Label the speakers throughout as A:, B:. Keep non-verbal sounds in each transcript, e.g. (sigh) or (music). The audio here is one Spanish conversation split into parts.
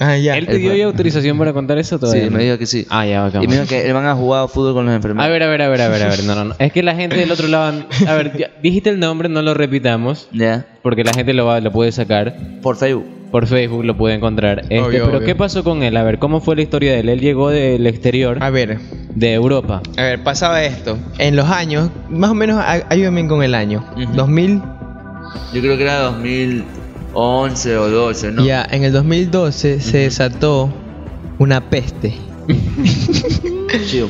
A: Ah, ya.
B: ¿Él pidió
A: El-
B: ya autorización para contar eso todavía?
A: Sí,
B: no?
A: me dijo que sí.
B: Ah, ya, bacán.
A: Y me dijo que le van a jugar fútbol con los enfermeros.
B: A ver, a ver, a ver, a ver, a ver. No, no, no. Es que la gente del otro lado. A ver, ya- dijiste el nombre, no lo repitamos.
A: Ya.
B: Porque la gente lo, va, lo puede sacar.
A: Por Facebook.
B: Por Facebook lo puede encontrar. Este,
C: Obvio,
B: pero
C: obvio.
B: ¿qué pasó con él? A ver, ¿cómo fue la historia de él? Él llegó del exterior,
C: A ver,
B: de Europa.
C: a ver, pasaba esto. En los años, más o menos, a- ayúdame con el año.
A: Ujú.
C: 2000,
A: Yo creo que era 2011 o 12, ¿no?
C: ya en el 2012 se desató una peste
A: Chido.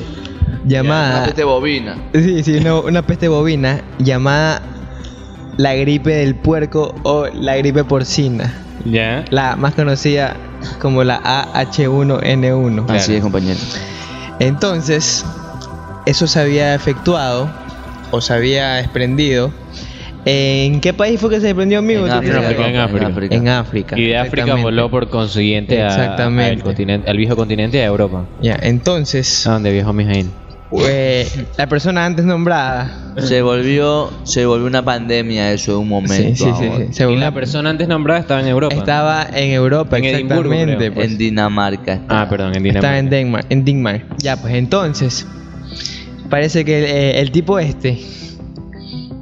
C: llamada.
A: Una peste bobina.
C: Sí, sí, no, una peste bovina llamada la gripe del puerco o la gripe porcina.
B: Ya.
C: La más conocida como la AH1N1.
B: Claro.
A: Así es, compañero.
C: Entonces, eso se había efectuado o se había desprendido. ¿En qué país fue que se desprendió, amigo?
A: En
C: ¿Tú
A: África,
C: tienes-
B: En África.
C: En África.
B: Y de África
C: exactamente.
B: voló por consiguiente a-
C: Exactamente.
B: al, continente, al viejo continente de Europa.
C: Ya, entonces,
B: ¿A dónde viajó Mijail?
C: eh, la persona antes nombrada.
A: Se volvió, se volvió una pandemia eso de un
C: Sí, sí,
A: momento.
C: sí,
A: a otro.
C: sí, se
B: Y
C: volvió-
B: la persona antes nombrada estaba en Europa.
C: Estaba en Europa,
B: En Edimburgo,
C: exactamente.
B: creo.
C: pues.
A: En Dinamarca.
B: Ah, perdón, en Dinamarca.
C: Estaba en Denmark, en Denmark. Ya, pues entonces, parece que eh, el tipo este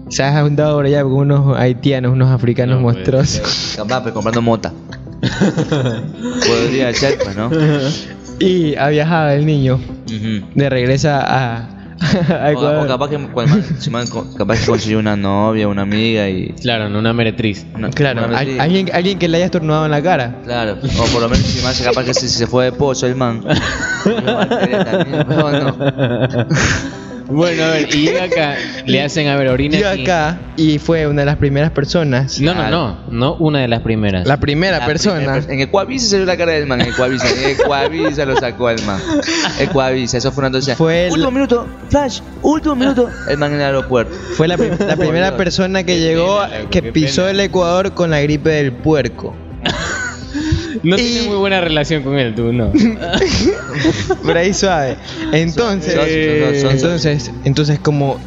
C: se ha juntado por allá con unos haitianos, unos africanos
B: No, pues,
C: monstruosos.
A: Capaz, pues, comprando mota. Podría ser,
C: (laughs)
A: pues, ¿no?
C: Y ha viajado el niño
A: Ujú.
C: de regresa a, (laughs) a
A: O, o
C: Ecuador.
A: capaz que con el man- si man- con- capaz que consiguió una novia, una amiga y.
B: Claro, no una meretriz.
A: una-
C: claro,
A: una
C: al-
A: vecina.
C: alguien, alguien que le haya estornudado en la cara.
A: Claro, o por lo menos si más capaz que si se fue de pozo el man. No, no.
B: Bueno, a ver, y llega acá,
C: (laughs)
B: le hacen, a ver, orina
C: Yo
B: aquí.
C: acá y fue una de las primeras personas.
B: No, no, no, no una de las primeras.
C: La primera
A: La
C: persona.
B: eh,
A: primera pers- en Ecuavisa salió la cara del man, en Ecuavisa, en Ecuavisa lo sacó el man. Ecuavisa, eso fue una entonces.
C: Fue el-
A: Último minuto, flash, último minuto. El man en el aeropuerto.
C: Fue la,
B: (laughs)
C: prim- la primera persona que llegó,
B: pena, loco,
C: que
B: qué
C: pisó
B: pena.
C: el Ecuador con la gripe del puerco.
B: No
C: Y-
B: tiene muy buena relación con él,
C: (laughs)
B: tú, no.
C: Por ahí suave. Entonces, eh,
A: Son- son- son- son-
C: entonces, entonces como,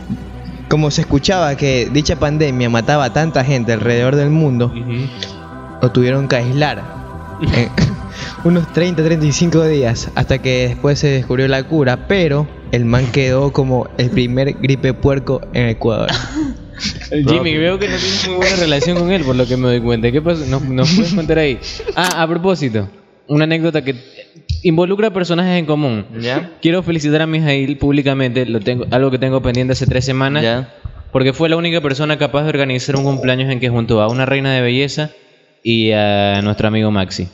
C: como se escuchaba que dicha pandemia mataba a tanta gente alrededor del mundo,
B: Ujú.
C: lo tuvieron que aislar en (laughs) unos 30, 35 días hasta que después se descubrió la cura, pero el man quedó como el primer gripe puerco en Ecuador.
B: Jimmy, veo que no tienes muy buena relación con él, por lo que me doy cuenta. ¿Qué pasó? ¿Nos, nos puedes contar ahí? Ah, a propósito, una anécdota que involucra personajes en común.
A: ¿Ya?
B: Quiero felicitar a Mijail públicamente, lo tengo, algo que tengo pendiente hace tres semanas,
A: ¿Ya?
B: porque fue la única persona capaz de organizar un cumpleaños en que juntó a una reina de belleza y a nuestro amigo Maxi.